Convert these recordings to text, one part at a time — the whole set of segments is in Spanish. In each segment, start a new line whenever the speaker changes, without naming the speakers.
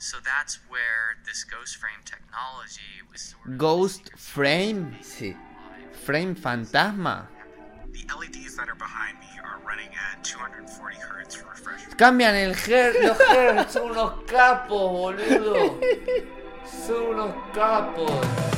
So that's where this ghost frame technology was sort of
Ghost Frame. Sí. Frame fantasma.
The LEDs that are behind me are running at 240 hertz for refresh rate.
Cambian el her los hertz. Son unos capos, boludo. Son unos capos.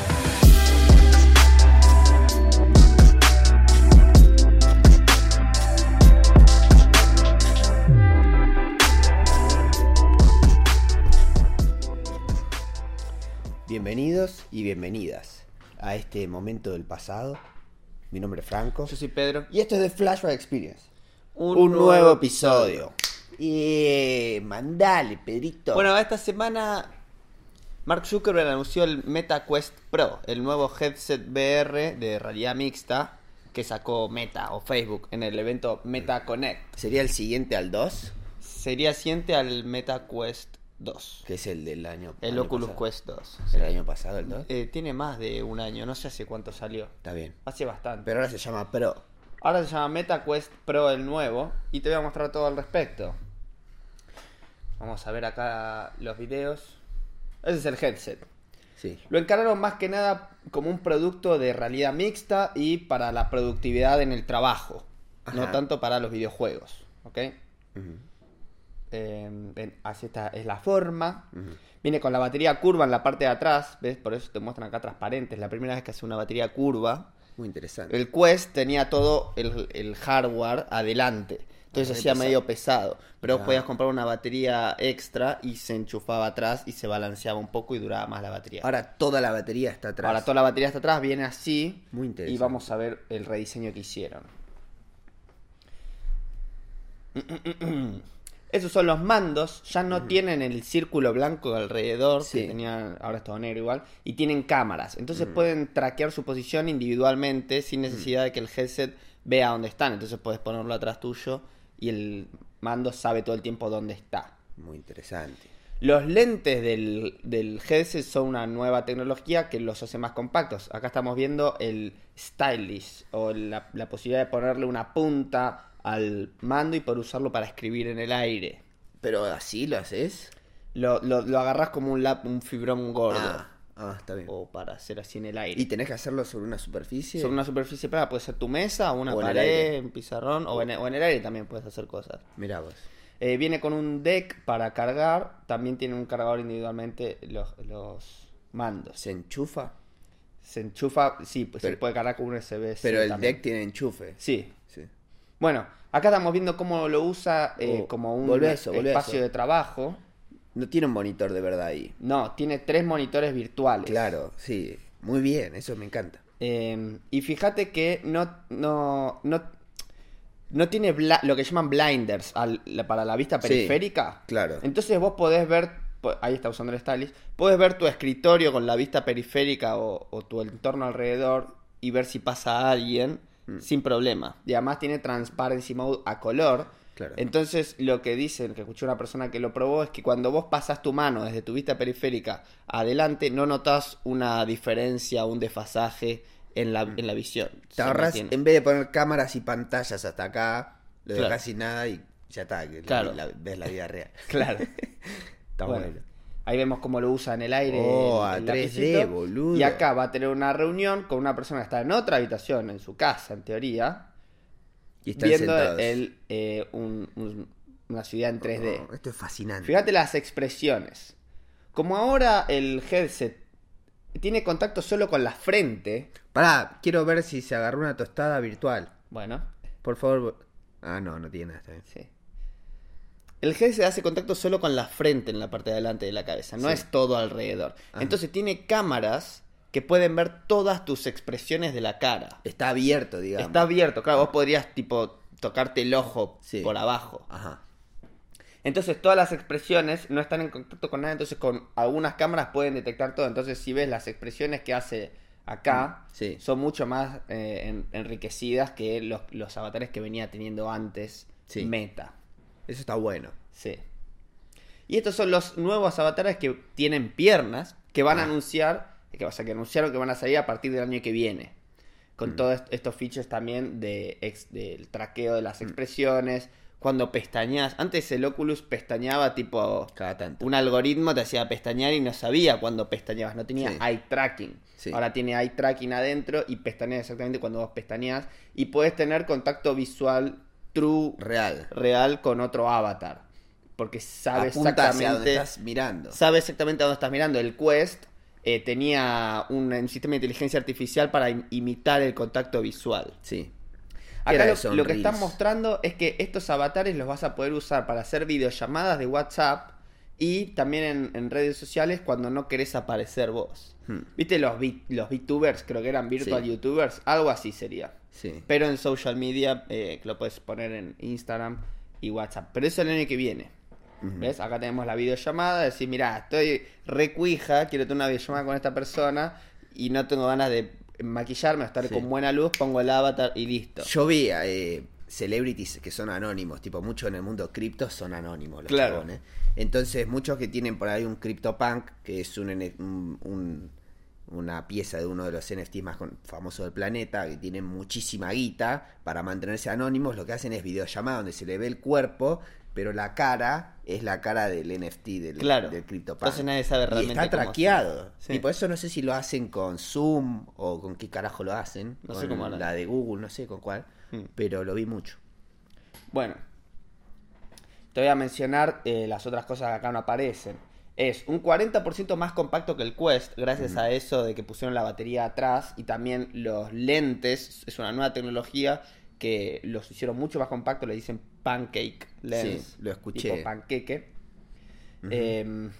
Bienvenidos y bienvenidas a este momento del pasado. Mi nombre es Franco.
Yo soy Pedro.
Y esto es de Flashback Experience. Un, nuevo episodio. Y eh, mandale, Pedrito.
Bueno, esta semana Mark Zuckerberg anunció el Meta Quest Pro, el nuevo headset VR de realidad mixta que sacó Meta o Facebook en el evento Meta Connect.
sería el siguiente al 2,
Sería siguiente al Meta Quest 2,
que es el del año
el
año
Oculus
pasado.
Quest 2.
El año pasado, el 2.
Eh, tiene más de un año, no sé hace cuánto salió.
Está bien.
Hace bastante.
Pero ahora se llama Pro.
Ahora se llama Meta Quest Pro el nuevo y te voy a mostrar todo al respecto. Vamos a ver acá los videos. Ese es el headset.
Sí.
Lo encararon más que nada como un producto de realidad mixta y para la productividad en el trabajo, no
Ajá.
tanto para los videojuegos. ¿Ok?
Ujú.
Eh, ven, así está, es la forma. Viene con la batería curva en la parte de atrás, ¿ves? Por eso te muestran acá transparentes. La primera vez que hace una batería curva,
Muy interesante.
el Quest tenía todo el, el hardware adelante. Entonces
Re
hacía
pesado.
medio pesado. Pero vos
Ah.
podías comprar una batería extra y se enchufaba atrás y se balanceaba un poco y duraba más la batería. Ahora,
Ahora toda la batería está atrás.
toda la batería está atrás, viene así.
Muy
Y
interesante.
vamos a ver el rediseño que hicieron. Esos son los mandos, ya no tienen el círculo blanco alrededor, que
Sí. Mm.
tenían, ahora es todo negro igual, y tienen cámaras. Entonces pueden traquear su posición individualmente sin necesidad de que el headset vea dónde están. Entonces puedes ponerlo atrás tuyo y el mando sabe todo el tiempo dónde está.
Muy interesante.
Los lentes del, del headset son una nueva tecnología que los hace más compactos. Acá estamos viendo el stylish o la, la posibilidad de ponerle una punta al mando y poder usarlo para escribir en el aire.
Pero así lo haces.
Lo, lo, lo agarras como un, lap, un fibrón gordo
Ah, ah, está bien.
o para hacer así en el aire.
Y tenés que hacerlo sobre una superficie.
Sobre una superficie plana puede ser tu mesa, una
O en el
pared,
aire.
un pizarrón o en, o en el aire también puedes hacer cosas.
Mirá vos.
Eh, viene con un deck para cargar. También tiene un cargador individualmente los, los mandos.
Se enchufa.
Se enchufa, sí, pues se
Pero-
puede cargar con un USB.
Pero el deck tiene enchufe.
Sí.
Sí.
Bueno, acá estamos viendo cómo lo usa eh,
Oh,
como un
volvé a eso, volvé a
espacio
eso.
de trabajo.
No tiene un monitor de verdad ahí.
No, tiene tres monitores virtuales.
Claro, sí. Muy bien, eso me encanta.
Eh, y fíjate que no, no, no, no tiene bla- lo que llaman blinders al- la- para la vista
Sí,
periférica.
claro.
Entonces vos podés ver, po- ahí está usando el stylus, podés ver tu escritorio con la vista periférica o, o tu entorno alrededor y ver si pasa alguien
Mm.
sin problema. Y además tiene transparency mode a color.
Claro.
Entonces lo que dicen, que escuché una persona que lo probó, es que cuando vos pasás tu mano desde tu vista periférica adelante, no notás una diferencia, un desfasaje en la, en la visión.
Mm. Te
Se
ahorras,
mantiene.
en vez de poner cámaras y pantallas hasta acá, lo
Claro.
dejas sin nada y ya está. que la-
Claro.
la- ves la vida real.
Claro.
Está
Bueno,
bueno.
Ahí vemos cómo lo usa en el aire.
Oh,
el-
a
el
3D,
lapicito.
boludo.
Y acá va a tener una reunión con una persona que está en otra habitación, en su casa, en teoría,
Y están
viendo
sentados.
el, eh, un- un- una ciudad en 3D.
Oh, esto es fascinante.
Fíjate las expresiones. Como ahora el headset tiene contacto solo con la frente.
Pará, quiero ver si se agarró una tostada virtual.
Bueno,
Por favor. bo- Ah, no, no tiene nada. está bien.
sí. El headset hace contacto solo con la frente en la parte de adelante de la cabeza, no
Sí.
es todo alrededor.
Ajá.
Entonces tiene cámaras que pueden ver todas tus expresiones de la cara.
Está abierto, digamos. Ah.
Está abierto, claro, vos podrías tipo tocarte el ojo
Sí.
por abajo.
Ajá.
Entonces todas las expresiones no están en contacto con nada, entonces con algunas cámaras pueden detectar todo. Entonces si ves las expresiones que hace acá,
Mm, Sí.
son mucho más eh, en- enriquecidas que los, los avatares que venía teniendo antes
Sí.
Meta.
Eso está bueno.
Sí. Y estos son los nuevos avatares que tienen piernas, que van a
Ah.
anunciar, que, o sea, que anunciaron que van a salir a partir del año que viene.
Mm. Mm.
Con todos est- estos features también de ex- del traqueo de las expresiones, cuando pestañeas. Antes el Oculus pestañaba tipo.
Cada tanto.
Un algoritmo te hacía pestañear y no sabía cuando pestañeabas. No tenía
Sí.
eye tracking.
Sí.
Ahora tiene eye tracking adentro y pestañea exactamente cuando vos pestañeas. Y puedes tener contacto visual true
Real.
real con otro avatar. Porque sabe
Apunta hacia donde
exactamente
estás mirando.
sabe exactamente a dónde estás mirando. El Quest eh, tenía un, un sistema de inteligencia artificial para im- imitar el contacto visual.
Sí.
Acá
Era
lo,
eso,
lo que
Reels.
están mostrando es que estos avatares los vas a poder usar para hacer videollamadas de WhatsApp y también en, en redes sociales cuando no querés aparecer vos.
Hmm.
¿Viste los, vi- los VTubers? Creo que eran Virtual
Sí.
YouTubers. Algo así sería.
Sí.
Pero en social media eh, que lo puedes poner en Instagram y WhatsApp. Pero eso es el año que viene. ¿Ves? Acá tenemos la videollamada. Decir, mira, estoy recuija, quiero tener una videollamada con esta persona y no tengo ganas de maquillarme o estar
Sí.
con buena luz, pongo el avatar y listo.
Yo vi eh, celebrities que son anónimos, tipo, mucho en el mundo cripto son anónimos los
Claro.
chabones. Entonces, muchos que tienen por ahí un CryptoPunk, que es un, N- un- un- una pieza de uno de los NFTs más con- famosos del planeta, que tienen muchísima guita, para mantenerse anónimos, lo que hacen es videollamada donde se le ve el cuerpo, pero la cara es la cara del NFT, del,
Claro.
del CryptoPunk.
Entonces nadie sabe realmente
Y está
cómo se-
traqueado.
Sí.
Y por eso no sé si lo hacen con Zoom o con qué carajo lo hacen.
No sé
con
cómo harán.
La de Google, no sé con cuál.
Mm.
Pero lo vi mucho.
Bueno, te voy a mencionar eh, las otras cosas que acá no aparecen. Es un 40% más compacto que el Quest, gracias a eso de que pusieron la batería atrás y también los lentes. Es una nueva tecnología que los hicieron mucho más compactos, le dicen pancake lens.
Sí, lo escuché.
Tipo panqueque. Em,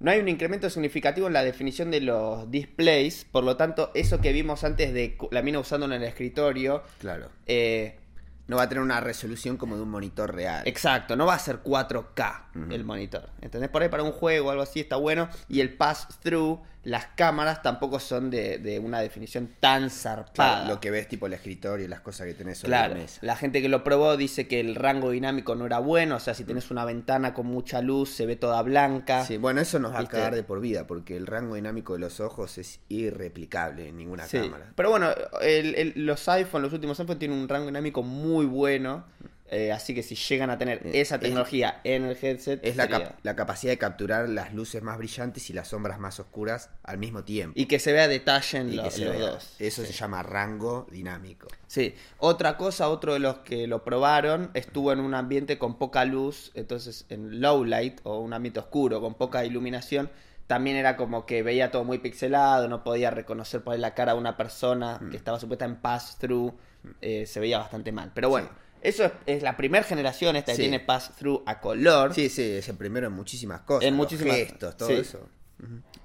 no hay un incremento significativo en la definición de los displays, por lo tanto, eso que vimos antes de cu- la mina usando en el escritorio,
Claro.
eh,
No va a tener una resolución como de un monitor real.
Exacto, no va a ser 4K el monitor. ¿Entendés? Por ahí para un juego o algo así está bueno. Y el pass-through, las cámaras tampoco son de, de una definición tan zarpada.
Claro, Lo que ves tipo el escritorio y las cosas que tenés sobre
Claro,
la mesa.
la gente que lo probó dice que el rango dinámico no era bueno. O sea, si tenés una ventana con mucha luz, se ve toda blanca.
Mm. Sí, bueno, eso nos va
¿Viste?
a cagar de por vida, porque el rango dinámico de los ojos es irreplicable en ninguna
Sí,
cámara.
Pero bueno, el- el- los iPhone, los últimos iPhone tienen un rango dinámico muy bueno. eh, así que si llegan a tener
Eh,
esa
es-
tecnología en el headset,
Es la, cap-
sería-
la capacidad de capturar las luces más brillantes y las sombras más oscuras al mismo tiempo.
y que se vea detalle en
Y
lo-
que se
los
vea.
dos.
Eso se llama rango dinámico.
Sí, otra cosa, otro de los que lo probaron estuvo en un ambiente con poca luz, entonces en low light o un ambiente oscuro con poca iluminación, también era como que veía todo muy pixelado, no podía reconocer por ahí la cara de una persona que estaba supuesta en pass-through, eh, se veía bastante mal. Pero bueno, eso es, es la primera generación esta que
Sí.
tiene pass-through a color.
Sí, sí, es el primero Ah. en muchísimas cosas.
En
los
muchísimas-
gestos, todo
sí.
eso.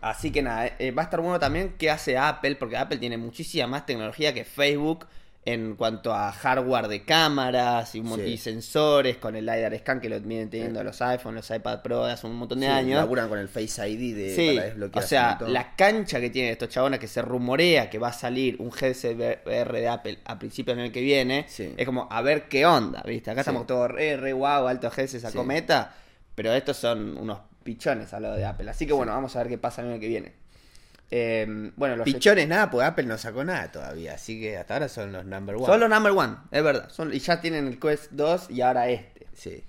Así que nada, eh, va a estar bueno también qué hace Apple, porque Apple tiene muchísima más tecnología que Facebook en cuanto a hardware de cámaras y, un mon-
Sí.
y sensores, con el LiDAR scan que lo vienen teniendo los iPhone, los iPad Pro de hace un montón de
Sí,
años.
Laburan con el Face ID de,
Sí,
eh, para desbloquear
o sea,
asuntos.
la cancha que tienen estos chabones que se rumorea que va a salir un headset VR de Apple a principios del año que viene,
Sí.
es como a ver qué onda, ¿viste? Acá
Sí.
estamos todos re, re guau, altos headsets a
Sí.
cometa, pero estos son unos pichones a lo de Apple. Así que bueno, vamos a ver qué pasa el año que viene. Eh, bueno, los
Pichones nada, porque Apple no sacó nada todavía. Así que hasta ahora son los number one.
son los number one, es verdad. Son, y ya tienen el Quest 2 y ahora este.
Sí.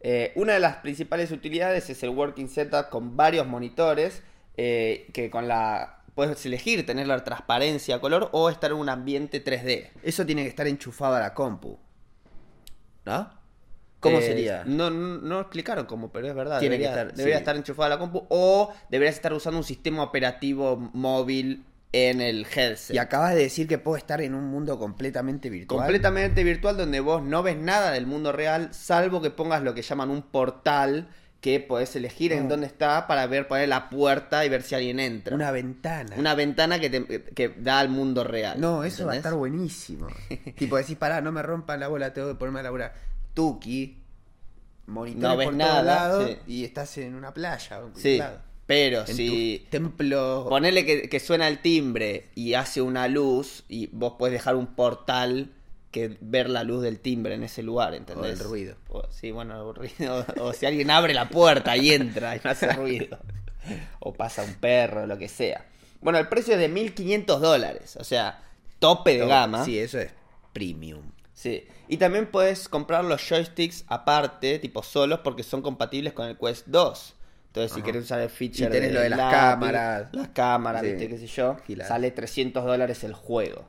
Eh, una de las principales utilidades es el Working Setup con varios monitores eh, que con la puedes elegir tener la transparencia a color o estar en un ambiente 3D.
Eso tiene que estar enchufado a la compu. ¿No? ¿Cómo
Eh,
sería?
No, no, no explicaron cómo, pero es verdad.
Tiene que
debería
estar,
debería
sí.
estar enchufada la compu o deberías estar usando un sistema operativo móvil en el headset.
Y acabas de decir que puedo estar en un mundo completamente virtual.
completamente virtual donde vos no ves nada del mundo real, salvo que pongas lo que llaman un portal que podés elegir en
No.
dónde está para ver poner la puerta y ver si alguien entra.
Ah. Una ventana.
Una ventana que, te- que da al mundo real.
No, eso va
¿entendés?
a estar buenísimo. tipo, decís, pará, no me rompan la bola, tengo que ponerme a laburar. Tuki, monitores
No ves
por
nada,
todos lados
sí.
y estás en una playa. o en
Sí,
cualquier lado.
pero
En
si
tu templo.
ponele que, que suena el timbre y hace una luz y vos podés dejar un portal que ver la luz del timbre en ese lugar, ¿entendés?
el ruido.
O- sí, bueno, el ruido. O si alguien abre la puerta y entra y no hace ruido. O pasa un perro, lo que sea. Bueno, el precio es de 1.500 dólares, o sea, tope de
Todo-
gama.
Sí, eso es premium.
Sí. Y también puedes comprar los joysticks aparte, tipo solos, porque son compatibles con el Quest 2. Entonces, si
Ajá.
querés usar el feature.
Y tenés
del
lo de las
lápiz,
cámaras.
Las cámaras,
Sí.
viste, qué sé yo.
Gilada.
Sale 300 dólares el juego.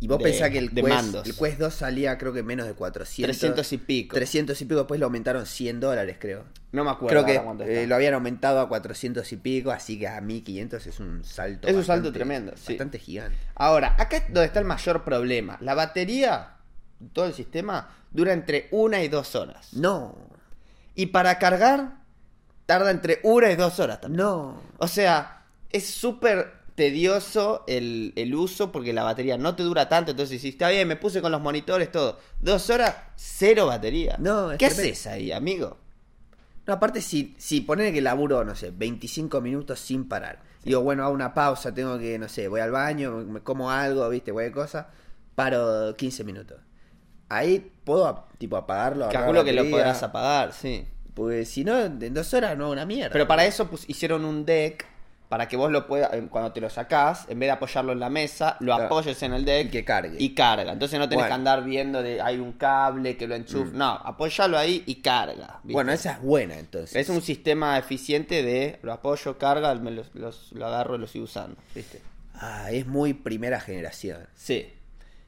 Y vos
de-
pensás que el
de
Quest,
mandos.
el Quest 2 salía creo que menos de 400.
300 y pico.
300 y pico, después lo aumentaron 100 dólares, creo.
No me acuerdo
Creo
ahora cuánto
que
está.
eh, lo habían aumentado a 400 y pico, así que a 1500 es un salto.
Es un salto tremendo, sí.
Bastante gigante.
Ahora, acá es donde está el mayor problema. La batería, todo el sistema, dura entre una y dos horas.
No,
Y para cargar, tarda entre una y dos horas también.
no.
O sea, es súper tedioso el, el uso porque la batería no te dura tanto. Entonces, si está bien, me puse con los monitores, todo. Dos horas, cero batería.
No, es
¿Qué
tremendo.
haces ahí, amigo?
No, aparte, si, si poner que laburo, no sé, 25 minutos sin parar. Digo, bueno, hago una pausa, tengo que, no sé, voy al baño, me como algo, viste, cualquier cosa. Paro 15 minutos. Ahí puedo, ap- tipo, apagarlo. agarrar
Calculo que lo
batería,
podrás apagar, sí.
Porque si no, en dos horas no hago una mierda.
Pero para eso pues, hicieron un deck para que vos lo puedas, eh, cuando te lo sacás, en vez de apoyarlo en la mesa, lo
Claro.
apoyes en el deck
Y que cargue.
Y carga. Entonces no tenés
Bueno. Mm.
que andar viendo de hay un cable que lo enchufa. No, apoyalo ahí y carga. ¿viste?
Bueno, esa es buena, entonces.
Es un sistema eficiente de lo apoyo, carga, me los, los- lo agarro y lo sigo usando. ¿viste?
Ah, es muy primera generación.
Sí.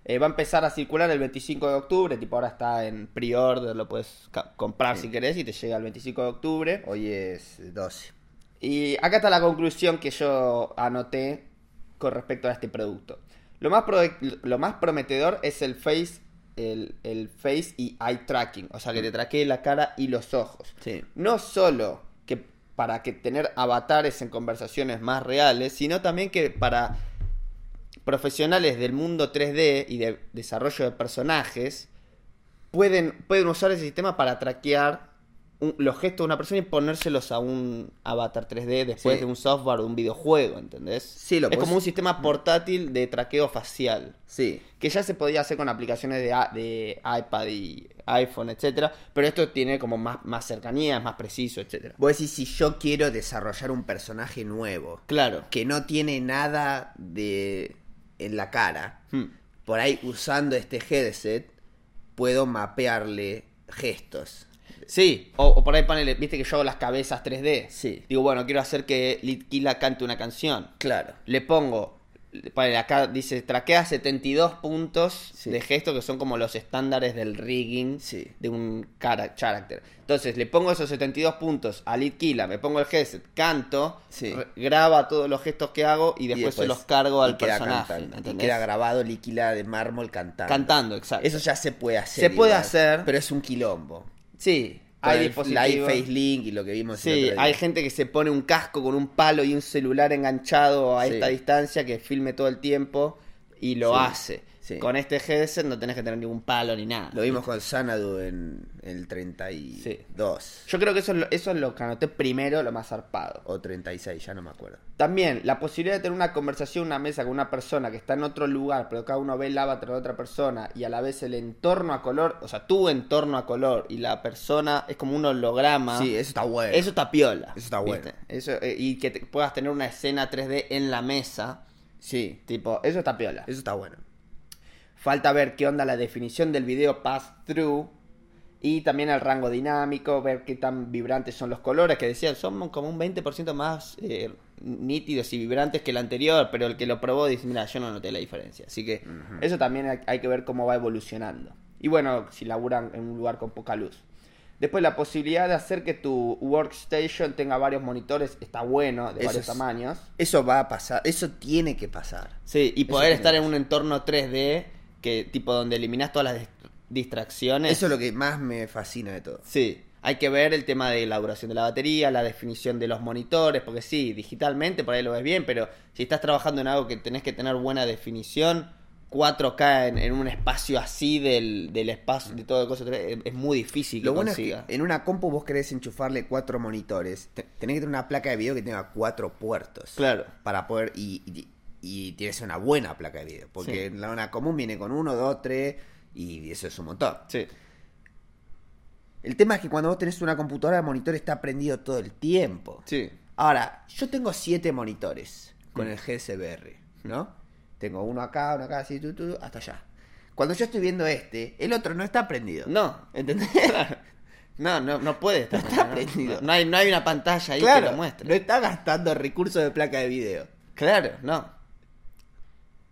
Eh, va a empezar a circular el 25 de octubre, tipo ahora está en pre-order, lo puedes ca- comprar si querés y te llega el 25 de octubre.
Hoy es 12.
Y acá está la conclusión que yo anoté con respecto a este producto. Lo más, pro- lo más prometedor es el face, el, el face y eye tracking, o sea que te traquee la cara y los ojos.
Sí.
No solo que para que tener avatares en conversaciones más reales, sino también que para profesionales del mundo 3D y de desarrollo de personajes pueden, pueden usar ese sistema para traquear un- los gestos de una persona y ponérselos a un avatar 3D después
Sí.
de un software de un videojuego, ¿entendés?
Sí, lo
es
podés-
como un sistema portátil de traqueo facial
Sí.
que ya se podía hacer con aplicaciones de, a- de iPad y iPhone, etcétera, pero esto tiene como más, más cercanía, es más preciso, etcétera.
Vos decís, si yo quiero desarrollar un personaje nuevo,
Claro.
que no tiene nada de en la cara,
Hmm.
por ahí usando este headset, puedo mapearle gestos.
Sí, o, o por ahí paneles, viste que yo hago las cabezas 3D.
Sí.
Digo, bueno, quiero hacer que Litkila cante una canción.
Claro.
Le pongo, ponele, acá dice, traquea 72 puntos
Sí.
de gesto que son como los estándares del rigging
Sí.
de un cara- character. Entonces, le pongo esos 72 puntos a Litkila, me pongo el headset, canto,
Sí.
re- graba todos los gestos que hago y después, se los cargo
y
al
queda
personaje.
cantando. Y
¿entendés?
queda grabado líquila de mármol cantando.
Cantando, exacto.
Eso ya se puede hacer.
Se puede hacer.
Pero es un quilombo.
Sí,
Con
hay
el- Hay
dispositivos.
Face Link y lo que vimos. el
Sí,
otro día.
hay gente que se pone un casco con un palo y un celular enganchado a
Sí.
esta distancia que filme todo el tiempo y lo
Sí,
hace.
sí.
Con este headset no tenés que tener ningún palo ni nada.
Lo vimos con Sanadu en el 32
Yo creo que eso es, lo, eso es lo que anoté primero, lo más zarpado.
o 36, ya no me acuerdo.
También la posibilidad de tener una conversación, una mesa con una persona que está en otro lugar, pero cada uno ve el avatar de otra persona y a la vez el entorno a color, o sea, tu entorno a color y la persona es como un holograma.
Sí, eso está bueno.
Ah. Eso está piola.
Eso está bueno.
¿viste? Eso, eh, y que te- puedas tener una escena 3D en la mesa.
Sí,
Tipo, eso está piola.
eso está bueno.
Falta ver qué onda la definición del video pass-through. Y también el rango dinámico, ver qué tan vibrantes son los colores, que decían, son como un 20% más eh, nítidos y vibrantes que el anterior, pero el que lo probó dice, mira, yo no noté la diferencia. Así que eso también hay, hay que ver cómo va evolucionando. Y bueno, si laburan en un lugar con poca luz. Después la posibilidad de hacer que tu workstation tenga varios monitores está bueno, de
Eso
varios
es-
tamaños.
Eso va a pasar, eso tiene que pasar.
Sí, y
Eso
poder
tiene
estar
que
en un entorno 3D que tipo donde eliminás todas las dis- distracciones.
Eso es lo que más me fascina de todo.
Sí, hay que ver el tema de la duración de la batería, la definición de los monitores, porque sí, digitalmente por ahí lo ves bien, pero si estás trabajando en algo que tenés que tener buena definición, 4K en, en un espacio así del, del espacio, de todo el coso 3D, es- es muy difícil que
Lo bueno
consiga.
es que en una compu vos querés enchufarle cuatro monitores. Te- tenés que tener una placa de video que tenga cuatro puertos.
Claro.
Para poder. Y, y, y tienes una buena placa de video. Porque la una común viene con uno, dos, tres. Y eso es un montón.
Sí.
El tema es que cuando vos tenés una computadora, el monitor está prendido todo el tiempo.
Sí. Mm.
Ahora, yo tengo siete monitores con el GSBR, ¿no? Tengo uno acá, uno acá, así, tú, tú, hasta allá. Cuando yo estoy viendo este, el otro no está prendido.
No,
¿Entendés?
no, no, no puede estar
No está
¿no?
prendido.
No, hay, no hay una pantalla ahí que
claro,
lo muestre.
no está gastando recursos de placa de video.
Claro, no.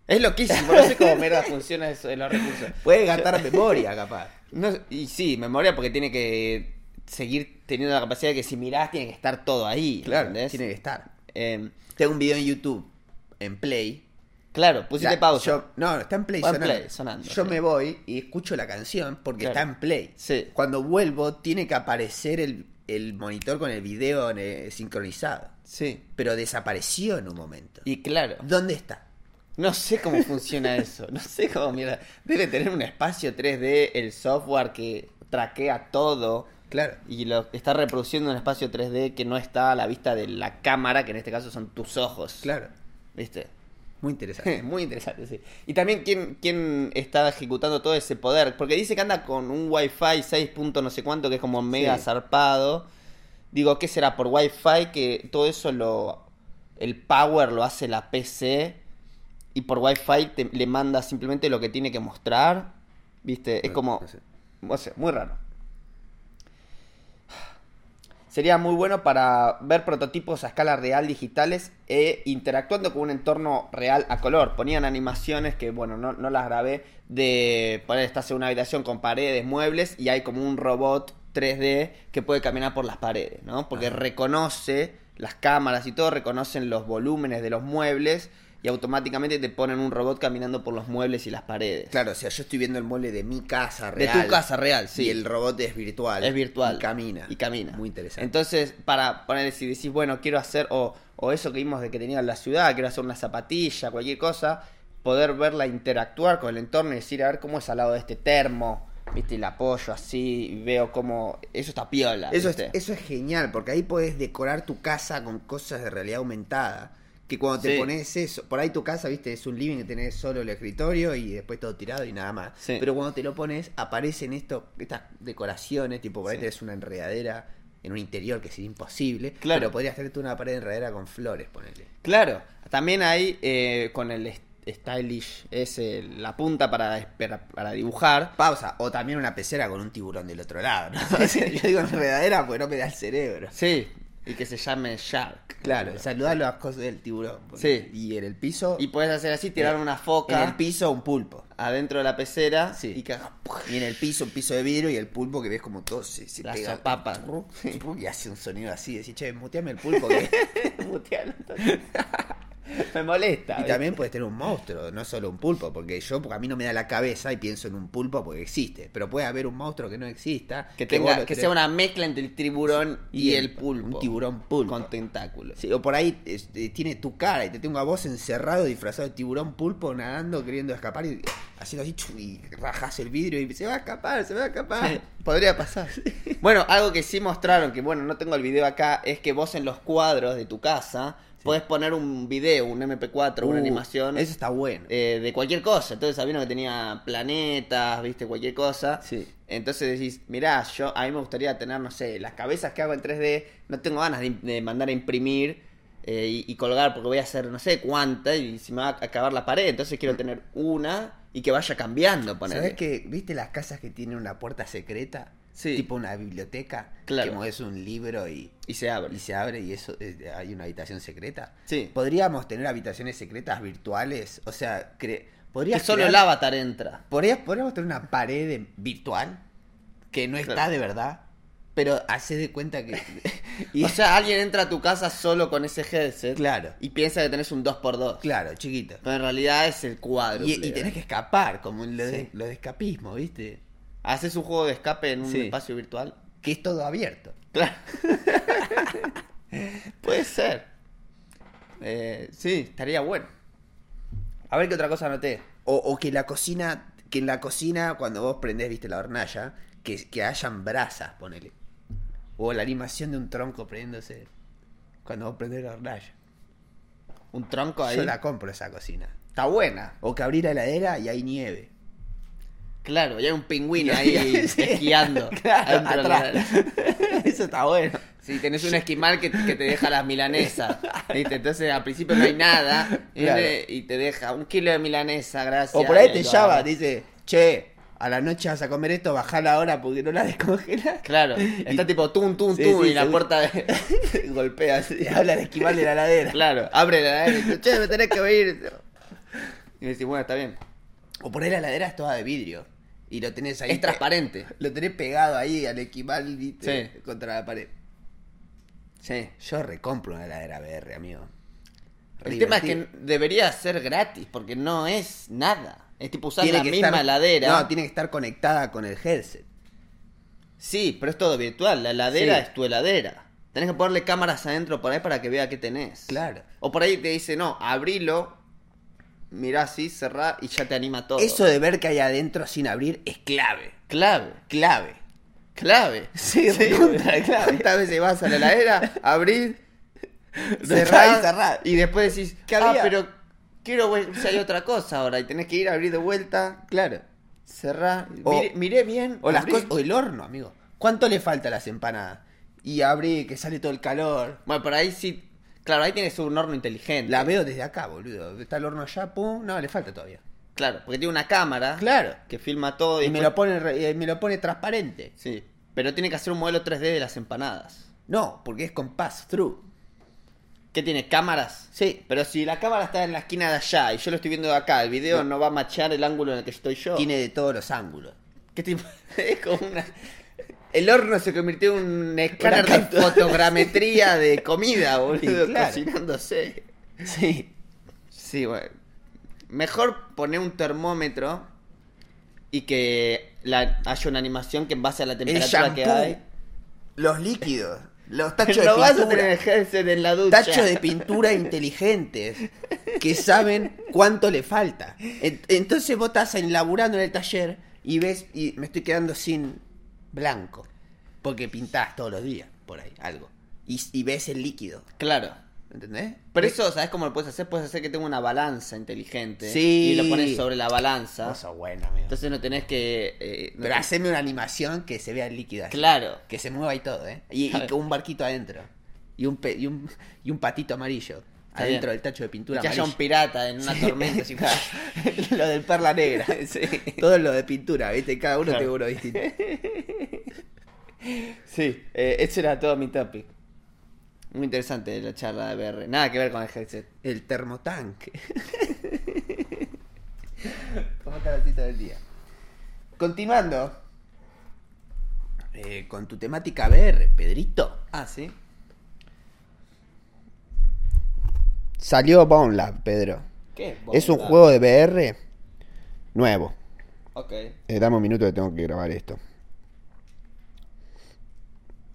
Es loquísimo, no sé cómo mierda funciona eso de los recursos.
Puede gastar memoria, capaz.
No, y sí, memoria porque tiene que seguir teniendo la capacidad de que si mirás tiene que estar todo ahí.
Claro,
¿entendés?
tiene que estar.
Eh,
Tengo un video en YouTube, en Play.
claro, pusiste
La-
pausa.
yo- no, está en Play,
Va en
sonando.
Play, sonando,
Yo
sí.
me voy y escucho la canción porque
Claro.
está en Play.
Sí.
Cuando vuelvo, tiene que aparecer el, el monitor con el video en el- sincronizado.
Sí.
Pero desapareció en un momento.
Y claro,
¿Dónde está?
no sé cómo funciona eso. No sé cómo, mira, debe tener un espacio 3D el software que traquea todo
Claro.
y lo está reproduciendo en un espacio 3D que no está a la vista de la cámara, que en este caso son tus ojos.
Claro.
¿Viste?
Muy interesante.
Muy interesante, sí. Y también quién, quién está ejecutando todo ese poder. Porque dice que anda con un Wi-Fi 6. punto no sé cuánto, que es como mega
Sí.
zarpado. Digo, ¿qué será? Por Wi-Fi que todo eso lo. El power lo hace la PC. Y por Wi-Fi te- le manda simplemente lo que tiene que mostrar. ¿Viste? Es
No,
como.
no sé.
O sea, muy raro. Sería muy bueno para ver prototipos a escala real digitales e interactuando con un entorno real a color. Ponían animaciones que, bueno, no, no las grabé, de poner, estás en una habitación con paredes, muebles y hay como un robot 3D que puede caminar por las paredes, ¿no? Porque
Ajá.
reconoce las cámaras y todo, reconocen los volúmenes de los muebles y automáticamente te ponen un robot caminando por los muebles y las paredes.
Claro, o sea, yo estoy viendo el mueble de mi casa
De
real.
tu casa real, sí.
Y el robot es virtual.
Es virtual.
Y camina.
Y camina.
Muy interesante.
Entonces, para poner, si decís, bueno, quiero hacer, o, o eso que vimos de que tenía la ciudad, quiero hacer una zapatilla, cualquier cosa, poder verla interactuar con el entorno y decir, a ver cómo es al lado de este termo, ¿viste? Y la apoyo así, y veo cómo. Eso está piola.
Eso es,
¿viste?
eso es genial, porque ahí podés decorar tu casa con cosas de realidad aumentada. Que cuando te
Sí.
pones eso, por ahí tu casa, viste, es un living que tenés solo el escritorio y después todo tirado y nada más.
Sí.
Pero cuando te lo pones, aparecen esto, estas decoraciones, tipo por ahí
Sí.
tenés una enredadera en un interior que es imposible.
Claro.
Pero podrías tenerte una pared de enredadera con flores, ponele.
Claro, también hay eh, con el est- stylish, es el- la punta para, esper- para dibujar.
Pausa. O también una pecera con un tiburón del otro lado. ¿no? Yo digo enredadera porque no me da el cerebro.
Sí, y que se llame Shark.
Claro, saludar las cosas del tiburón.
Sí.
Y en el piso.
Y puedes hacer así, tirar una
Eh, En
foca.
el piso un pulpo.
adentro de la pecera
Sí.
y que haga ¡puf!
Y en el piso un piso de vidrio y el pulpo que ves como todo se, se
La
pega.
sopapa.
Y hace un sonido así. Decís, che, muteame el pulpo. que-".
Mutealo, entonces. me molesta
y
¿viste?
también puedes tener un monstruo, no solo un pulpo. Porque yo, porque a mí no me da la cabeza y pienso en un pulpo porque existe. Pero puede haber un monstruo que no exista.
que tenga
vos lo
que
crees-
sea una mezcla entre el tiburón y,
Y el-
el, pulpo
un tiburón pulpo.
con tentáculos
Sí, o por ahí este, tiene tu cara y te tengo a vos encerrado, disfrazado de tiburón pulpo, nadando, queriendo escapar y haciendo así chu, y rajas el vidrio y se va a escapar, se va a
Ah,
escapar.
podría pasar bueno algo que sí mostraron que bueno no tengo el video acá es que vos en los cuadros de tu casa podés poner un video un mp4 una
Uh,
animación
Eso está bueno.
eh, de cualquier cosa. Entonces había uno que tenía planetas, viste, cualquier cosa.
Sí.
Entonces decís, mirá, yo a mí me gustaría tener, no sé, las cabezas que hago en 3D, no tengo ganas de, de mandar a imprimir eh, y, y colgar porque voy a hacer no sé cuántas y se me va a acabar la pared. Entonces quiero tener una y que vaya cambiando, ponele.
¿Sabés que viste las casas que tienen una puerta secreta?
Sí.
Tipo una biblioteca.
Claro.
Que es un libro y,
Y se abre.
y se abre y eso eh, hay una habitación secreta. Eh,
Sí.
Podríamos tener habitaciones secretas virtuales. O sea, cre-
Que
podrías
solo
crear-
el avatar entra.
Podrías- podríamos tener una pared de- virtual que no está
Claro.
de verdad, pero hace de cuenta que. y
O sea, alguien entra a tu casa solo con ese headset
Claro.
y piensa que tenés un 2x2.
claro, chiquito.
Pero en realidad es el cuadro.
Y, y tenés que escapar, como lo, de,
Sí.
lo de escapismo, ¿viste?
Haces un juego de escape en un
Sí.
espacio virtual.
Que es todo abierto.
Claro. Puede ser. Eh, sí, estaría bueno. A ver qué otra cosa anoté.
O, o que la cocina, que en la cocina, cuando vos prendés, viste, la hornalla, que, que hayan brasas, ponele. O la animación de un tronco prendiéndose cuando vos prendés la hornalla.
Un tronco ahí.
Yo la compro esa cocina.
Está buena.
O que abrí la heladera y hay nieve.
Claro, y hay un pingüino ahí
Sí.
esquiando.
Claro,
adentro de la-
atrás. Eso está bueno.
Sí, tenés un esquimal que, que te deja las milanesas. ¿viste? Entonces al principio no hay nada. y
Claro.
viene Y te deja un kilo de milanesa, gracias.
O por ahí
y
te
lo
llama,
agarra.
te dice, che, a la noche vas a comer esto, bajá la hora porque no la descongelas.
Claro, está tipo tum, tum,
Sí,
tum,
sí,
y la
seguro.
puerta de...
Golpea, así, habla de esquimal de la ladera.
Claro, abre la heladera y dice, che, me tenés que venir. Y decís, bueno, está bien.
O por ahí la ladera es toda de vidrio. Y lo tenés ahí.
Es transparente.
Lo tenés pegado ahí al esquimal ¿viste?
Sí.
contra la pared.
Sí.
Yo recompro una heladera VR, amigo.
El tema es que
Divertido.
debería ser gratis, porque no es nada. Es tipo usar
Tiene
la
que
misma
estar-
heladera.
No, tiene que estar conectada con el headset.
Sí, pero es todo virtual. La heladera
Sí.
es tu heladera. Tenés que ponerle cámaras adentro por ahí para que vea qué tenés.
Claro.
O por ahí te dice, no, abrilo, mirá así, cerrá y ya te anima todo.
Eso de ver que hay adentro sin abrir es clave.
Clave,
Clave.
clave.
Sí, recontra clave.
¿Cuántas veces vas a la heladera, abrís,
Cerrá
cerrás
y cerrá.
y después decís,
¿Qué
ah,
había?"
pero quiero ver si hay otra cosa ahora y tenés que ir a abrir de vuelta,
Claro.
cerrá,
O-
miré, miré bien.
O las
abrí.
cosas. O el horno, amigo. ¿Cuánto le falta a las empanadas? Y abrí, que sale todo el calor.
Bueno, por ahí sí, claro, ahí tienes un horno inteligente.
La veo desde acá, boludo. Está el horno allá, pum. No, le falta todavía.
Claro, porque tiene una cámara
Claro.
que filma todo y,
Y me
después-
lo pone, re- eh, me lo pone transparente.
Sí, pero tiene que hacer un modelo 3D de las empanadas.
No, porque es con pass-through.
¿Qué tiene? ¿Cámaras?
Sí.
Pero si la cámara está en la esquina de allá y yo lo estoy viendo de acá, el video no va a machear el ángulo en el que estoy yo.
Tiene de todos los ángulos.
¿Qué tipo? Es como una... El horno se convirtió en un escáner de
cápsula.
fotogrametría de comida, boludo,
Sí, claro.
cocinándose.
Sí.
Sí, bueno. Mejor poner un termómetro y que la, haya una animación que en base a la
El
temperatura que
shampoo,
hay.
los líquidos, los
No
tachos de
vas a
pintura,
tener headset en la ducha.
tachos de pintura inteligentes que saben cuánto le falta. En- Entonces vos estás en- laburando en el taller y ves, y me estoy quedando sin blanco, porque pintás todos los días, por ahí, algo. Y, y ves el líquido,
Claro.
¿entendés?
Pero eso, ¿sabes cómo lo puedes hacer? Puedes hacer que tenga una balanza inteligente.
Sí.
Y lo pones sobre la balanza.
Cosa buena, amigo.
Entonces no tenés que. eh, no
Pero
te-
haceme una animación que se vea el líquido así.
Claro.
Que se mueva y todo, ¿eh? Y, y con un barquito adentro. Y un, pe- y un, y un patito amarillo.
Está
adentro
bien.
del tacho de pintura
Que haya un
amarilla.
pirata en una tormenta. así,
lo del perla negra. Todo lo de pintura, ¿viste? Cada uno
Claro.
tiene uno distinto.
Sí, eh, ese era todo mi topic. Muy interesante la charla de BR. Nada que ver con el headset.
El termotanque. ¿Cómo está la cita del día? Continuando. eh, con tu temática VR, Pedrito.
Ah, sí.
Salió Bone Lab, Pedro.
¿Qué?
Es un juego de VR nuevo.
Ok.
Eh, dame un minuto que tengo que grabar esto.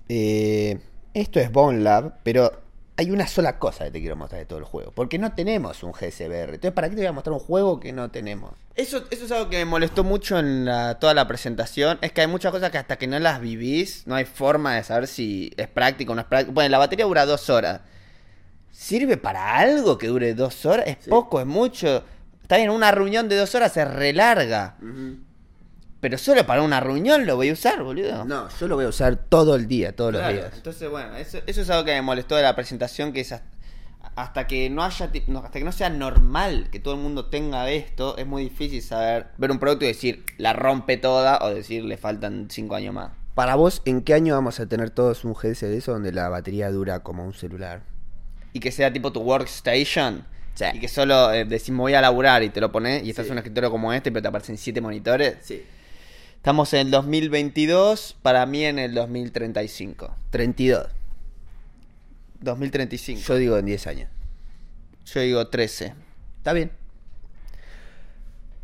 Eh, esto es Bone Lab, pero hay una sola cosa que te quiero mostrar de todo el juego. Porque no tenemos un GSBR. Entonces, ¿para qué te voy a mostrar un juego que no tenemos?
Eso, eso es algo que me molestó mucho en la- toda la presentación. Es que hay muchas cosas que hasta que no las vivís, no hay forma de saber si es práctico o no es práctico. Bueno, la batería dura dos horas. ¿Sirve para algo que dure dos horas? Es poco, es mucho. Está bien, una reunión de dos horas es relarga. Pero solo para una reunión lo voy a usar, boludo.
No, yo lo voy a usar todo el día, todos
Claro,
los días.
Entonces, bueno, eso, eso es algo que me molestó de la presentación, que es hasta, hasta que no haya, ti- no, hasta que no sea normal que todo el mundo tenga esto, es muy difícil saber, ver un producto y decir, la rompe toda, o decir, le faltan cinco años más.
Para vos, ¿en qué año vamos a tener todos un GS de eso donde la batería dura como un celular?
Y que sea tipo tu workstation,
Sí.
y que solo eh, decís, me voy a laburar, y te lo pones, y estás en un escritorio como este, pero te aparecen siete monitores.
Sí.
Estamos en el 2022, para mí en el 2035.
32.
2035.
Yo digo en 10 años.
Yo digo 13.
Está bien.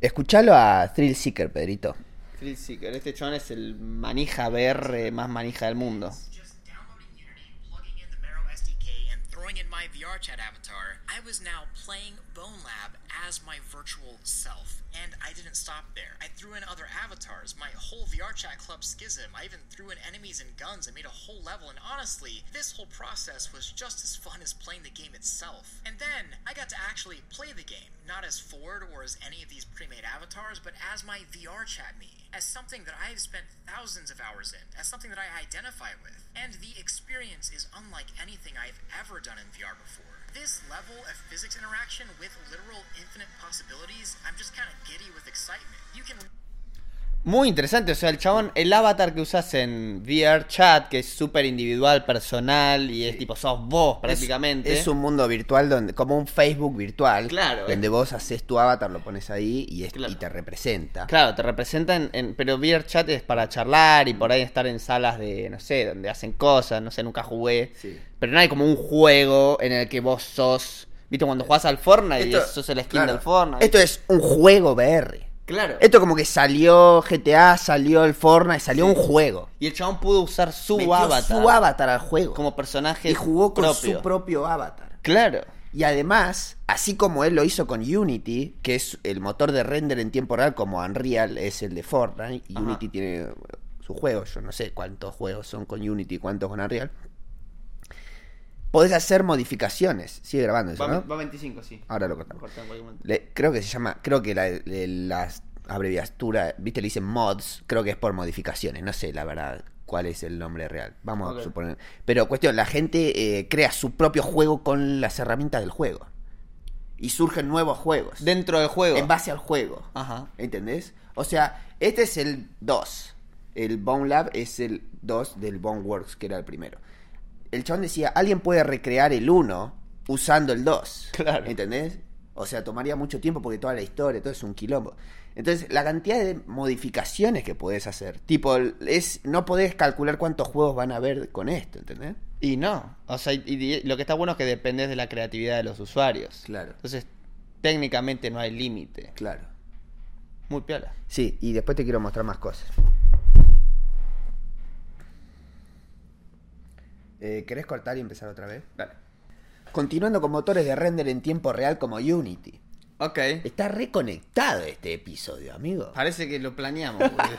Escuchalo a Thrill Seeker, Pedrito.
Thrill Seeker, este chabón es el manija VR más manija del mundo.
Just downloading Unity, plugging in the Mero SDK, and throwing in my VRChat avatar, I was now playing Bone Lab as my virtual self. And I didn't stop there. I threw in other avatars, my whole VRChat club schism. I even threw in enemies and guns and made a whole level. And honestly, this whole process was just as fun as playing the game itself. And then I got to actually play the game, not as Ford or as any of these pre made avatars, but as my VRChat me as something that I have spent thousands of hours in, as something that I identify with. And the experience is unlike anything I've ever done in VR before. This level of physics interaction with literal infinite possibilities, I'm just kind of giddy with excitement. You can
Muy interesante, o sea, el chabón, el avatar que usas en VR Chat, que es súper individual, personal, y es tipo, sos vos prácticamente.
Es, es un mundo virtual donde, como un Facebook virtual,
Claro. eh.
donde vos haces tu avatar, lo pones ahí y, es-
Claro.
y te representa.
Claro, te representan, en, pero VR Chat es para charlar y por ahí estar en salas de, no sé, donde hacen cosas, no sé, nunca jugué.
Sí.
Pero no hay como un juego en el que vos sos, viste, cuando jugás al Fortnite y
Esto-
sos el skin
claro.
del Fortnite.
Esto es un juego VR.
claro.
Esto como que salió GTA, salió el Fortnite, salió un juego.
Y el chabón pudo usar su
Metió
avatar
su avatar al juego.
como personaje
y jugó con
propio.
su propio avatar.
Claro.
Y además, así como él lo hizo con Unity, que es el motor de render en tiempo real, como Unreal es el de Fortnite, y
Ajá.
Unity tiene eh, su juego, yo no sé cuántos juegos son con Unity y cuántos con Unreal. Podés hacer modificaciones. Sigue grabando eso, ¿no?
25, sí.
Ahora lo cortamos. Le- creo que se llama, creo que la, le- las abreviatura, viste, le dicen mods, creo que es por modificaciones, no sé la verdad cuál es el nombre real, vamos
Ok.
a suponer. Pero cuestión, la gente eh, crea su propio juego con las herramientas del juego. Y surgen nuevos juegos.
Dentro del juego.
En base al juego.
Ajá.
¿Entendés? O sea, este es el 2. El Bone Lab es el 2 del Bone Works, que era el primero. El chabón decía, alguien puede recrear el 1 usando el 2.
Claro.
¿Entendés? O sea, tomaría mucho tiempo porque toda la historia, todo es un quilombo. Entonces, la cantidad de modificaciones que podés hacer. Tipo, es, no podés calcular cuántos juegos van a haber con esto, ¿entendés?
Y no. O sea, y- y lo que está bueno es que dependes de la creatividad de los usuarios.
Claro.
Entonces, técnicamente no hay límite.
Claro.
Muy piola.
Sí, y después te quiero mostrar más cosas. Eh, ¿Querés cortar y empezar otra vez? Dale. Continuando con motores de render en tiempo real como Unity.
Ok.
Está reconectado este episodio, amigo.
Parece que lo planeamos. boludo.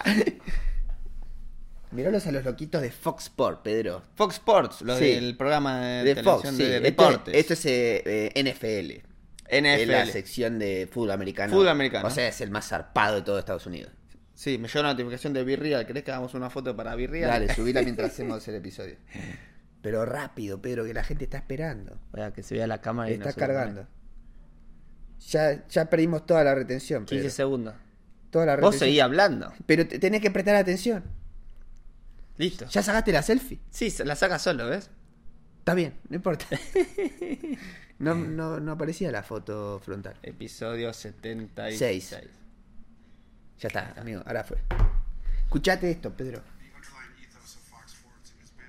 Mirálos a los loquitos de Fox Sports, Pedro.
Fox Sports, lo
Sí.
del programa de, Este
De
televisión
Fox, sí.
de
Esto-
deportes.
Esto, es eh, eh, NFL. Es la
NFL.
sección de fútbol americano.
Fútbol americano.
O sea, es el más zarpado de todo Estados Unidos.
Sí, me llegó una notificación de Virreal. ¿Querés que hagamos una foto para Virreal?
Dale, subila mientras hacemos el episodio. Pero rápido, Pedro, que la gente está esperando.
Para que se vea la cámara. y
Está
nosotros
cargando. Ya, ya perdimos toda la retención,
también.
Pedro.
15 segundos.
Toda la
Vos
retención.
seguís hablando.
Pero te- tenés que prestar atención.
Listo.
Ya sacaste la selfie.
Sí, se la saca solo, ¿ves?
Está bien, no importa. No, no, no aparecía la foto frontal.
Episodio 76.
Seis. Ya está, amigo, ahora fue. Escuchate esto, Pedro.
The underlying ethos of Fox Sports has been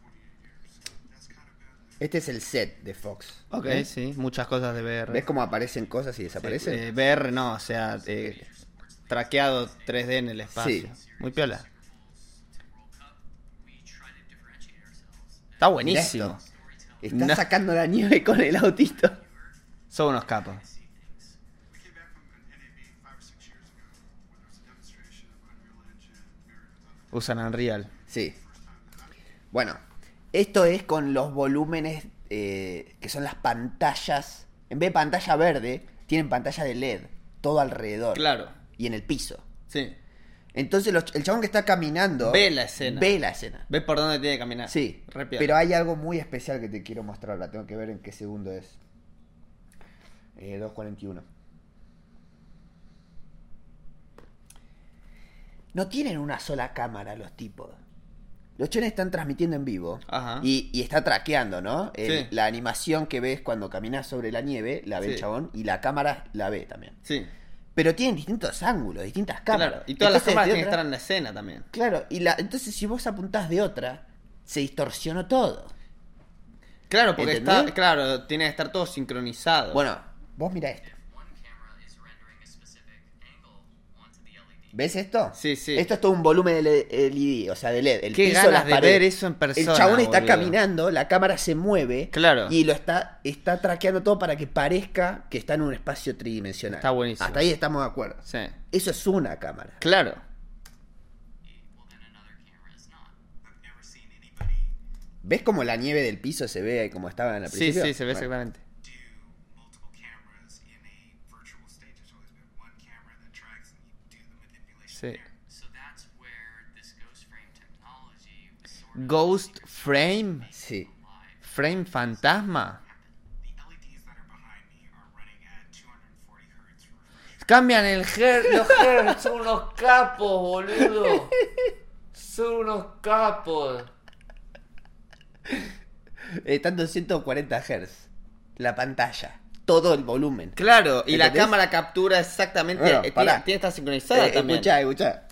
for 28 years. That's kind of bad news.
Este es el set de Fox.
Ok,
¿Ves?
sí, muchas cosas de VR.
¿Ves cómo aparecen cosas y desaparecen?
Eh, VR no, o sea, eh, traqueado 3D en el espacio.
Sí.
Muy piola.
World Cup, we try to differentiate ourselves.
Está buenísimo.
Mirá Está
no.
sacando la nieve con el autito.
Son unos capos.
We came back from an NAB five or six years ago when there was a demonstration of Unreal Engine mirrored with other
Usan Unreal.
Sí. Bueno, esto es con los volúmenes eh, que son las pantallas. En vez de pantalla verde, tienen pantalla de LED. Todo alrededor.
Claro.
Y en el piso.
Sí.
Entonces los- el chabón que está caminando.
Ve la escena.
Ve la escena.
¿Ves por dónde tiene que caminar?
Sí.
Re piola.
Pero hay algo muy especial que te quiero mostrar. La tengo que ver en qué segundo es. Eh, 2.41. No tienen una sola cámara los tipos. Los chones están transmitiendo en vivo
Ajá.
y, y está traqueando, ¿no? El-
Sí.
La animación que ves cuando caminas sobre la nieve la ve el
Sí.
chabón y la cámara la ve también.
Sí.
Pero tienen distintos ángulos, distintas cámaras.
Claro. Y todas las
Entonces,
cámaras
de
tienen que
otra-
estar en la escena también.
Claro, y la, entonces si vos apuntás de otra, se distorsionó todo.
Claro, porque
¿Entendés?
está, claro, tiene que estar todo sincronizado.
Bueno, vos mirá esto.
One camera is rendering a specific angle onto the E LED.
¿Ves esto?
Sí, sí.
Esto es todo un volumen de le- LED, o sea, de LED. El
Qué
piso,
ganas
las
de ver
paredes.
eso en persona,
El chabón está
boludo.
caminando, la cámara se mueve.
Claro.
Y lo está, está traqueando todo para que parezca que está en un espacio tridimensional.
Está buenísimo.
Hasta ahí estamos de acuerdo.
Sí.
Eso es una cámara.
Claro.
Well, then another camera is not.
I've never seen anybody
¿Ves cómo la nieve del piso se ve como estaba en la
Sí,
principio?
sí, se ve
Bueno.
exactamente.
do multiple cameras in a virtual state. There's always been one camera that tracks and you do the manipulation
Sí.
there.
So that's where this ghost frame technology was sort of
Ghost Frame.
Sí.
live.
Frame Fantasma.
E The LEDs that are behind me are running at 240 hertz. refresh.
Cambian el her los her son unos capos, boludo. Son unos capos.
Están 240 Hz. La pantalla. Todo el volumen.
Claro, y la
¿Entendés?
cámara captura exactamente.
Bueno,
eh, tiene,
pará. Eh,
tiene que estar sincronizada también.
Escucha, escucha.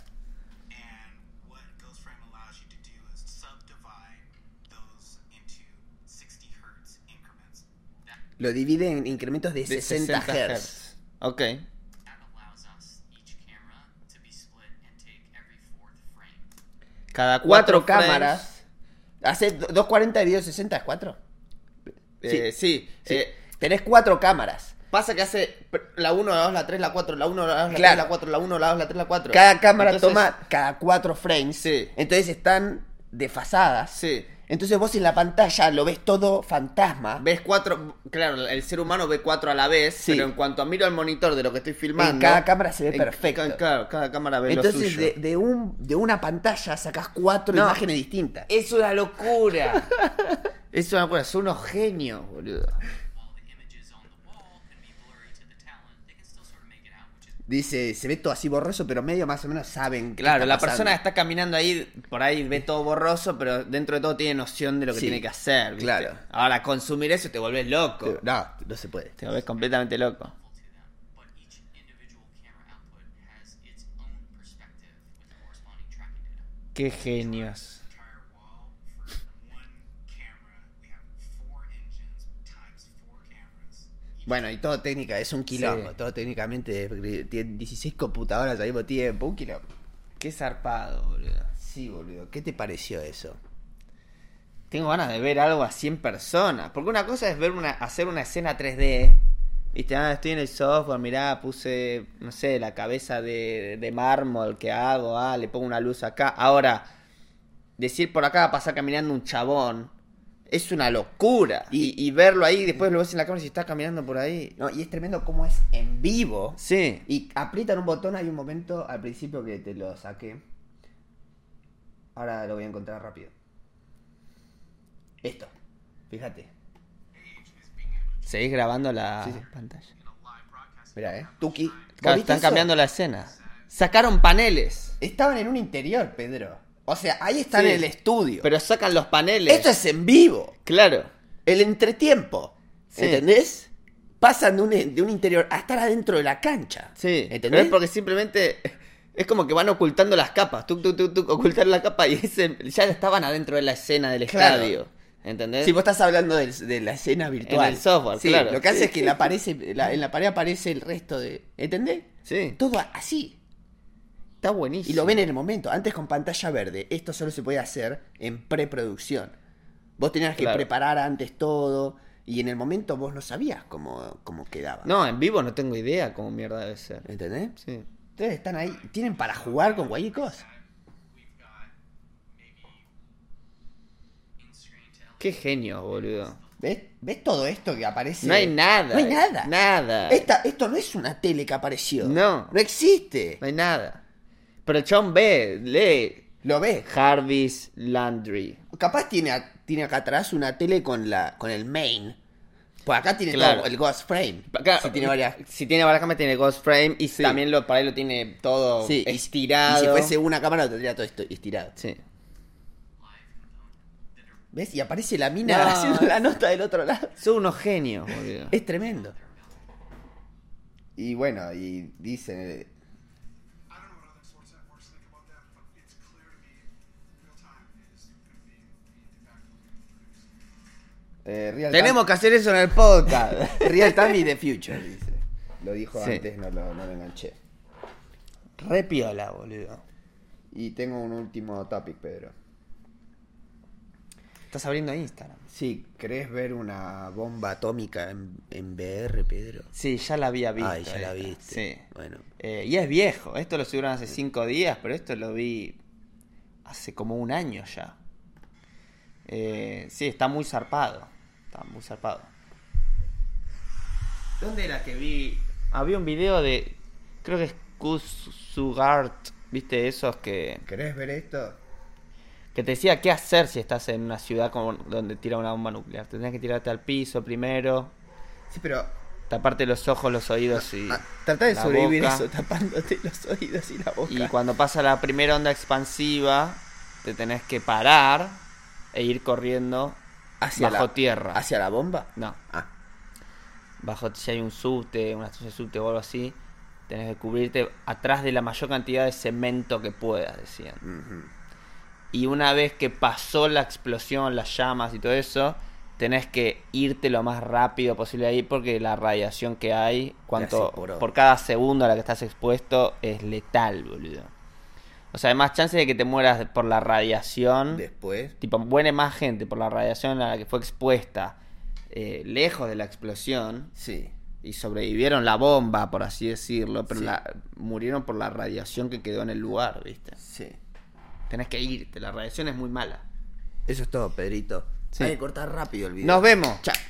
And what GhostFrame allows you to do is subdivide those into 60 hertz increments. That,
Lo divide en incrementos de, 60, Hz.
Ok.
That allows us each camera to be split and take every fourth frame.
Cada
Cuatro
cuatro, frames,
cámaras. Hace do- 240 dividido en 60 es 4.
eh, sí.
Sí.
eh,
Tenés cuatro cámaras.
pasa que hace pr- la 1, la 2, la 3, la 4, la 1, la 2, la 3,
Claro.
la 4, la 1, la 2, la 3, la 4.
Cada cámara
Entonces-
toma cada cuatro frames.
Sí.
Entonces están desfasadas.
Sí.
Entonces vos en la pantalla lo ves todo fantasma.
Ves cuatro, claro, el ser humano ve cuatro a la vez,
Sí.
pero en cuanto miro al monitor de lo que estoy filmando.
En cada cámara se ve
en-
perfecto.
ca- Claro, cada cámara ve lo
Entonces
suyo.
de, de un, de una pantalla sacás cuatro
No.
imágenes distintas.
Es una locura.
Es una cosa, son unos genios, boludo.
While the images on the wall can be blurry to the talent, they can still sort of make it out, which is
Dice, se ve todo así borroso, pero medio más o menos saben. qué
Claro,
está
la
pasando.
persona está caminando ahí, por ahí ve todo borroso, pero dentro de todo tiene noción de lo que
Sí,
tiene que hacer. ¿viste?
claro.
Ahora, consumir eso te volvés loco.
No, no se puede.
Te volvés completamente loco.
helpful to them, but each individual camera output has its own perspective with the corresponding tracking data.
Qué genios.
entire wall for one camera. We have four engines times four cameras.
Bueno, y todo técnica, es un quilombo.
Sí.
Todo técnicamente, porque tienen 16 computadoras al mismo tiempo, un quilombo.
Qué zarpado, boludo.
Sí, boludo, ¿qué te pareció eso?
Tengo ganas de ver algo así en persona. Porque una cosa es ver una, hacer una escena 3D. Viste, ah, estoy en el software, mirá, puse, no sé, la cabeza de, de mármol que hago, ah, le pongo una luz acá. Ahora, decir por acá va a pasar caminando un chabón es una locura. Y,
Y-
y verlo ahí, después lo ves en la cámara y está caminando por ahí.
No, y es tremendo cómo es en vivo.
Sí.
Y aprietan un botón, hay un momento al principio que te lo saqué. Ahora lo voy a encontrar rápido. Esto, fíjate.
Seguís grabando la
Sí, sí.
pantalla.
Mirá, eh. Tuki. ¿Vos
Claro,
viste
están
eso?
cambiando la escena. Sacaron paneles.
Estaban en un interior, Pedro. O sea, ahí están
Sí.
en el estudio.
Pero sacan los paneles.
Esto es en vivo.
Claro.
El entretiempo.
Sí.
¿Entendés? Pasan de un, de un interior a estar adentro de la cancha.
Sí,
¿Entendés?
¿entendés? Porque simplemente es como que van ocultando las capas, tú, tú, tú, ocultar la capa y ese- ya estaban adentro de la escena del
Claro.
estadio, ¿entendés?
Si vos estás hablando del- de, la escena virtual.
En el software,
Sí,
claro.
Lo que hace es que la aparece, la- en la pared aparece el resto de. ¿Entendés?
Sí.
Todo así.
está buenísimo.
Y lo ven en el momento. Antes con pantalla verde. Esto solo se puede hacer en preproducción. Vos tenías que
Claro.
preparar antes todo. Y en el momento vos no sabías cómo, cómo quedaba.
No, en vivo no tengo idea cómo mierda debe ser.
¿Entendés?
Sí.
Ustedes están ahí. Tienen para jugar con cualquier cosa.
We've got maybe
Screen to
Qué genio, boludo.
¿Ves? ¿Ves todo esto que aparece?
No hay nada.
No hay nada.
Nada.
Esta, esto no es una tele que apareció.
No.
No existe.
No hay nada. Pero el chabón ve, lee.
Lo ves.
Jarvis Landry.
Capaz tiene, a- tiene acá atrás una tele con la con el main. Pues acá tiene
Claro.
todo el Ghost Frame.
Acá-
Sí, tiene varias.
Si tiene varias cámaras, tiene Ghost Frame. Y también lo, para él lo tiene todo
Sí, Oh, y-
estirado.
Y si fuese una cámara lo tendría todo esto estirado.
Sí.
¿Ves? Y aparece la mina
No.
haciendo la nota del otro lado.
Son unos genios, boludo.
Es tremendo. Y bueno, y dice.
I don't know what other sports networks think about that, but it's clear to me real time is going to be the de facto way to produce.
eh, Real
Tenemos
Time-
que hacer eso en el podcast.
Real Time y The Future, dice. Lo dijo
Sí.
antes, no lo, no lo enganché.
Re piola, boludo.
Y tengo un último topic, Pedro.
Estás abriendo Instagram.
Sí, ¿querés ver una bomba atómica en, en VR, Pedro?
Sí, ya la había visto.
Ay, ya
esta.
la viste.
Sí.
Bueno.
Eh, y es viejo. Esto lo subieron hace cinco días, pero esto lo vi hace como un año ya. Eh, sí, está muy zarpado. Está muy zarpado. ¿Dónde era que vi? Había un video de. Creo que es Kusugart. ¿Viste? Esos que.
¿Querés ver esto?
que te decía qué hacer si estás en una ciudad con- donde tira una bomba nuclear. Tendrías que tirarte al piso primero.
Sí, pero
Taparte los ojos, los oídos y.
Ah, Tratá de
la
sobrevivir
boca.
eso tapándote los oídos y la boca.
Y cuando pasa la primera onda expansiva, te tenés que parar e ir corriendo bajo
la,
tierra.
¿Hacia la bomba?
No,
Ah,
bajo si hay un subte, una estación de subte o algo así, tenés que cubrirte atrás de la mayor cantidad de cemento que puedas, decían.
ujú.
Y una vez que pasó la explosión, las llamas y todo eso, tenés que irte lo más rápido posible ahí porque la radiación que hay, cuanto
hace por
por,
hora.
cada segundo a la que estás expuesto, es letal, boludo. O sea, hay más chances de que te mueras por la radiación.
Después.
Tipo, muere más gente por la radiación a la que fue expuesta eh, lejos de la explosión
Sí.
y sobrevivieron la bomba, por así decirlo, pero
Sí.
la- murieron por la radiación que quedó en el lugar, ¿viste?
Sí.
Tenés que irte, la radiación es muy mala.
Eso es todo, Pedrito.
Sí.
Hay que cortar rápido el video.
Nos vemos.
Chao.